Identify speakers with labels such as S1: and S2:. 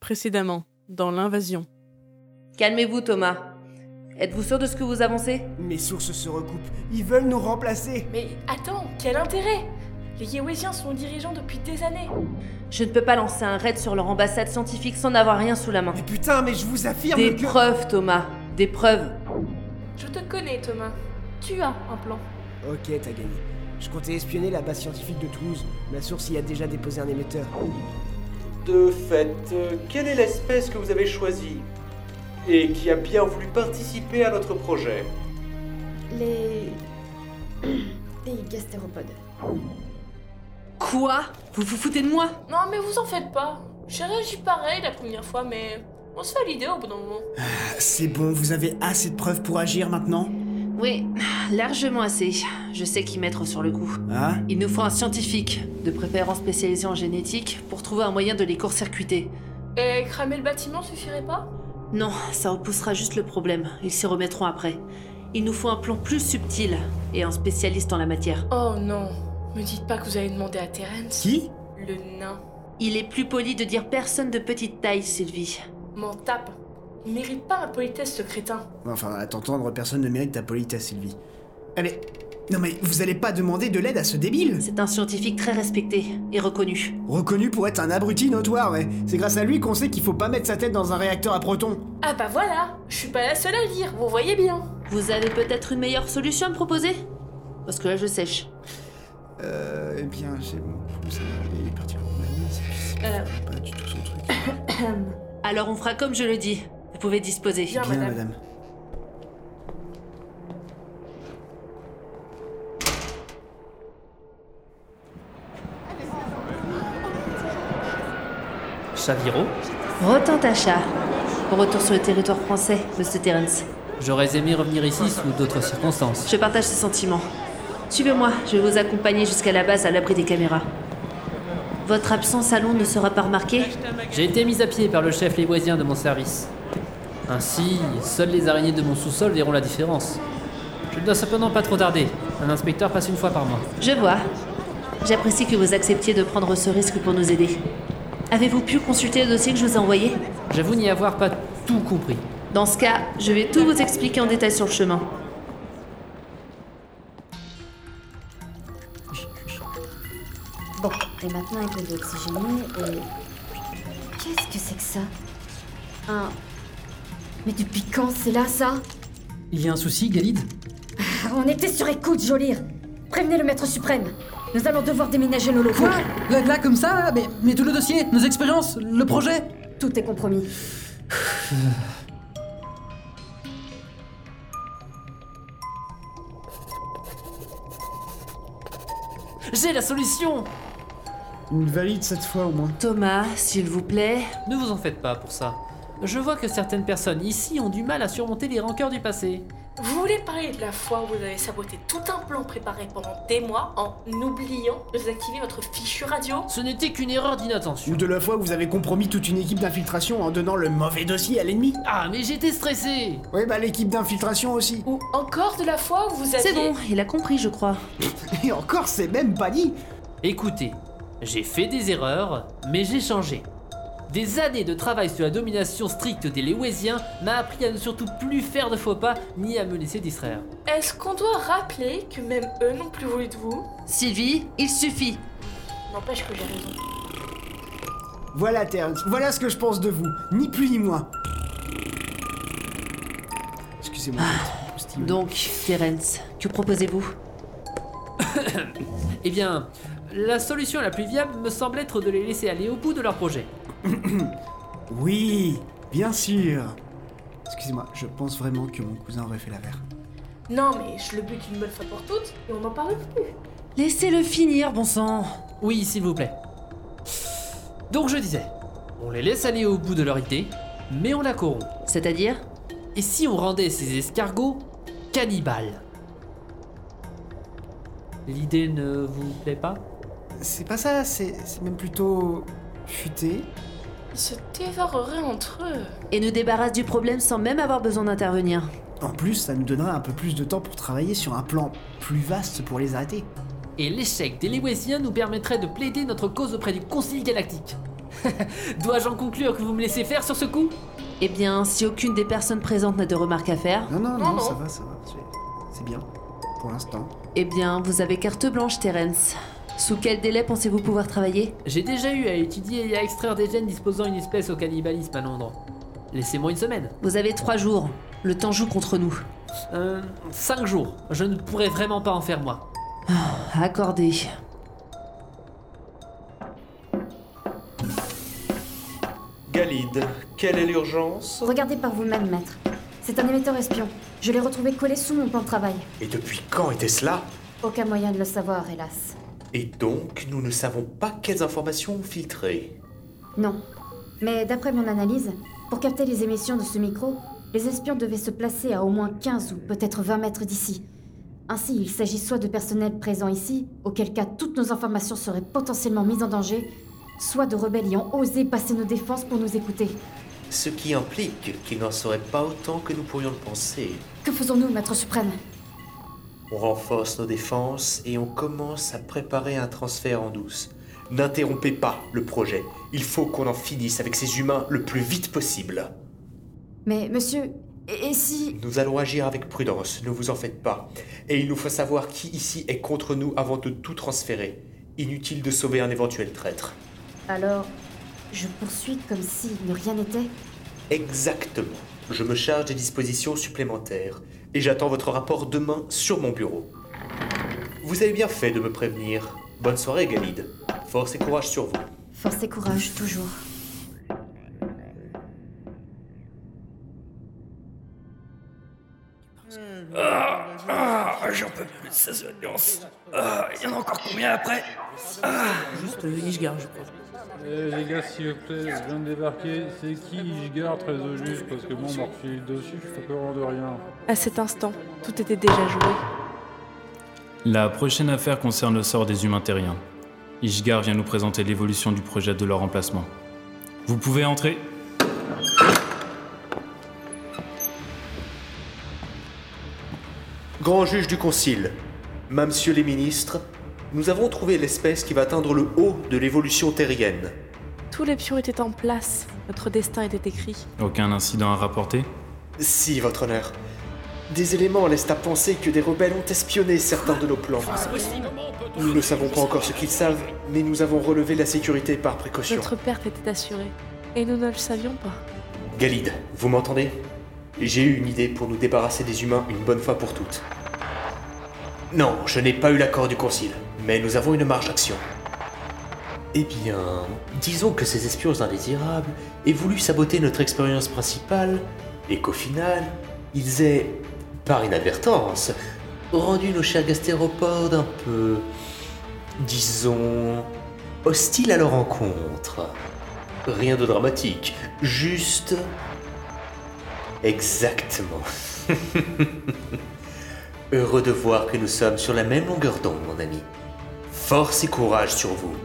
S1: précédemment dans l'invasion.
S2: Calmez-vous, Thomas. Êtes-vous sûr de ce que vous avancez
S3: Mes sources se recoupent, ils veulent nous remplacer
S4: Mais attends, quel intérêt Les Yéwésiens sont dirigeants depuis des années.
S2: Je ne peux pas lancer un raid sur leur ambassade scientifique sans avoir rien sous la main.
S3: Mais putain, mais je vous affirme
S2: Des
S3: que...
S2: preuves, Thomas. Des preuves.
S4: Je te connais, Thomas. Tu as un plan.
S3: Ok, t'as gagné. Je comptais espionner la base scientifique de Toulouse. La source y a déjà déposé un émetteur.
S5: De fait, euh, quelle est l'espèce que vous avez choisie et qui a bien voulu participer à notre projet
S6: Les. Les gastéropodes.
S2: Quoi Vous vous foutez de moi
S4: Non, mais vous en faites pas. J'ai réagi pareil la première fois, mais on se fait à l'idée au bout d'un moment.
S7: C'est bon, vous avez assez de preuves pour agir maintenant
S2: Oui, largement assez. Je sais qui mettre sur le coup.
S7: Hein
S2: Il nous faut un scientifique, de préférence spécialisé en génétique, pour trouver un moyen de les court-circuiter.
S4: Et cramer le bâtiment suffirait pas
S2: Non, ça repoussera juste le problème. Ils s'y remettront après. Il nous faut un plan plus subtil et un spécialiste en la matière.
S4: Oh non, me dites pas que vous avez demandé à Terence.
S7: Qui
S4: Le nain.
S2: Il est plus poli de dire personne de petite taille, Sylvie.
S4: M'en tape. Il mérite pas ma politesse, ce crétin.
S7: Enfin, à t'entendre, personne ne mérite ta politesse, Sylvie. Allez, non mais vous allez pas demander de l'aide à ce débile
S2: C'est un scientifique très respecté et reconnu.
S7: Reconnu pour être un abruti notoire, ouais. C'est grâce à lui qu'on sait qu'il faut pas mettre sa tête dans un réacteur à protons.
S4: Ah bah voilà, je suis pas la seule à le dire, vous voyez bien.
S2: Vous avez peut-être une meilleure solution à me proposer Parce que là, je sèche.
S7: Euh, eh bien, c'est bon. Il est parti en Roumanie,
S4: Euh.
S7: c'est pas du tout son truc.
S2: Alors on fera comme je le dis. Vous pouvez disposer.
S4: Bien,
S7: Bien,
S4: madame.
S7: madame.
S8: Chaviro
S2: Retentat-chat. Retour sur le territoire français, Monsieur Terence.
S8: J'aurais aimé revenir ici sous d'autres circonstances.
S2: Je partage ce sentiment. Suivez-moi, je vais vous accompagner jusqu'à la base à l'abri des caméras. Votre absence à Londres ne sera pas remarquée
S8: J'ai été mis à pied par le chef lévoisien de mon service. Ainsi, seules les araignées de mon sous-sol verront la différence. Je ne dois cependant pas trop tarder. Un inspecteur passe une fois par mois.
S2: Je vois. J'apprécie que vous acceptiez de prendre ce risque pour nous aider. Avez-vous pu consulter le dossier que je vous ai envoyé
S8: J'avoue n'y avoir pas tout compris.
S2: Dans ce cas, je vais tout vous expliquer en détail sur le chemin.
S6: Bon, et maintenant un peu d'oxygéné et. Qu'est-ce que c'est que ça Un. Mais depuis quand c'est là ça
S8: Il y a un souci, Galide
S6: Ah, On était sur écoute, Jolir Prévenez le maître suprême Nous allons devoir déménager nos locaux.
S9: Là, là, comme ça là mais, mais tout le dossier, nos expériences, le projet
S6: Tout est compromis.
S2: J'ai la solution
S7: Une valide cette fois au moins.
S2: Thomas, s'il vous plaît.
S8: Ne vous en faites pas pour ça. Je vois que certaines personnes ici ont du mal à surmonter les rancœurs du passé.
S4: Vous voulez parler de la fois où vous avez saboté tout un plan préparé pendant des mois en oubliant de désactiver votre fichu radio
S8: Ce n'était qu'une erreur d'inattention.
S7: Ou de la fois où vous avez compromis toute une équipe d'infiltration en donnant le mauvais dossier à l'ennemi.
S8: Ah, mais j'étais stressé
S7: Ouais, bah l'équipe d'infiltration aussi.
S4: Ou encore de la fois où vous avez...
S2: C'est bon, il a compris, je crois.
S7: Et encore, c'est même pas dit.
S8: Écoutez, j'ai fait des erreurs, mais j'ai changé. Des années de travail sur la domination stricte des Léwésiens m'a appris à ne surtout plus faire de faux pas ni à me laisser distraire.
S4: Est-ce qu'on doit rappeler que même eux n'ont plus voulu de vous
S2: Sylvie, il suffit.
S4: N'empêche que j'ai raison.
S7: Voilà, Terence, voilà ce que je pense de vous. Ni plus ni moins. Excusez-moi. petit
S4: Ah,
S7: postillon.
S2: Donc, Terence, que proposez-vous
S8: Eh bien, la solution la plus viable me semble être de les laisser aller au bout de leur projet.
S7: Oui, bien sûr. Excusez-moi, je pense vraiment que mon cousin aurait fait l'affaire.
S4: Non mais je le bute une bonne fois pour toutes et on n'en parle plus.
S2: Laissez-le finir, bon sang.
S8: Oui, s'il vous plaît. Donc je disais, on les laisse aller au bout de leur idée, mais on la corrompt.
S2: C'est-à-dire
S8: Et si on rendait ces escargots cannibales L'idée ne vous plaît pas
S7: C'est pas ça, c'est c'est même plutôt futé.
S4: Ils se dévoreraient entre eux.
S2: Et nous débarrasse du problème sans même avoir besoin d'intervenir.
S7: En plus, ça nous donnera un peu plus de temps pour travailler sur un plan plus vaste pour les arrêter.
S8: Et l'échec des Léwésiens nous permettrait de plaider notre cause auprès du Concile Galactique. Dois-je en conclure que vous me laissez faire sur ce coup
S2: Eh bien, si aucune des personnes présentes n'a de remarques à faire,
S7: Non, non, non,
S4: Non, non.
S7: ça va, ça va. c'est- C'est bien. Pour l'instant.
S2: eh bien, vous avez carte blanche, Terence. Sous quel délai pensez-vous pouvoir travailler
S8: J'ai déjà eu à étudier et à extraire des gènes disposant une espèce au cannibalisme à Londres. Laissez-moi une semaine.
S2: Vous avez trois jours. Le temps joue contre nous.
S8: Euh, cinq jours. Je ne pourrais vraiment pas en faire moi.
S2: Accordé.
S5: Galide, quelle est l'urgence
S6: Regardez par vous-même, maître. C'est un émetteur espion. Je l'ai retrouvé collé sous mon plan de travail.
S10: Et depuis quand était cela
S6: Aucun moyen de le savoir, hélas.
S10: Et donc, nous ne savons pas quelles informations ont filtré.
S6: Non. Mais d'après mon analyse, pour capter les émissions de ce micro, les espions devaient se placer à au moins 15 ou peut-être 20 mètres d'ici. Ainsi, il s'agit soit de personnel présent ici, auquel cas toutes nos informations seraient potentiellement mises en danger, soit de rebelles ayant osé passer nos défenses pour nous écouter.
S10: Ce qui implique qu'il n'en serait pas autant que nous pourrions le penser.
S6: Que faisons-nous, Maître Suprême
S10: On renforce nos défenses et on commence à préparer un transfert en douce. N'interrompez pas le projet. Il faut qu'on en finisse avec ces humains le plus vite possible.
S6: Mais, monsieur, et et si...
S10: Nous allons agir avec prudence, ne vous en faites pas. Et il nous faut savoir qui ici est contre nous avant de tout transférer. Inutile de sauver un éventuel traître.
S6: Alors, je poursuis comme si ne rien n'était
S10: Exactement. Je me charge des dispositions supplémentaires et j'attends votre rapport demain sur mon bureau. Vous avez bien fait de me prévenir. Bonne soirée, Galide. Force et courage sur vous.
S6: Force et courage, toujours.
S1: Juste euh, Ishgar, je crois.
S11: Eh, les gars, s'il vous plaît, je viens de débarquer. C'est qui Ishgard, très au juste Parce que moi, on m'a refilé dessus, je fais pas vraiment de rien.
S1: À cet instant, tout était déjà joué.
S12: La prochaine affaire concerne le sort des humains terriens. Ishgar vient nous présenter l'évolution du projet de leur emplacement. Vous pouvez entrer
S10: Grand juge du Concile, Monsieur les ministres, nous avons trouvé l'espèce qui va atteindre le haut de l'évolution terrienne.
S1: Tous les pions étaient en place. Notre destin était écrit.
S12: Aucun incident à rapporter
S10: Si, votre honneur. Des éléments laissent à penser que des rebelles ont espionné certains de nos plans. Nous ne savons pas encore ce qu'ils savent, mais nous avons relevé la sécurité par précaution.
S1: Notre perte était assurée. Et nous ne le savions pas.
S10: Galide, vous m'entendez J'ai eu une idée pour nous débarrasser des humains une bonne fois pour toutes. Non, je n'ai pas eu l'accord du Concile, mais nous avons une marge d'action. Eh bien, disons que ces espions indésirables aient voulu saboter notre expérience principale, et qu'au final, ils aient, par inadvertance, rendu nos chers gastéropodes un peu, disons, hostiles à leur rencontre. Rien de dramatique, juste... Exactement. Heureux de voir que nous sommes sur la même longueur d'onde, mon ami. Force et courage sur vous.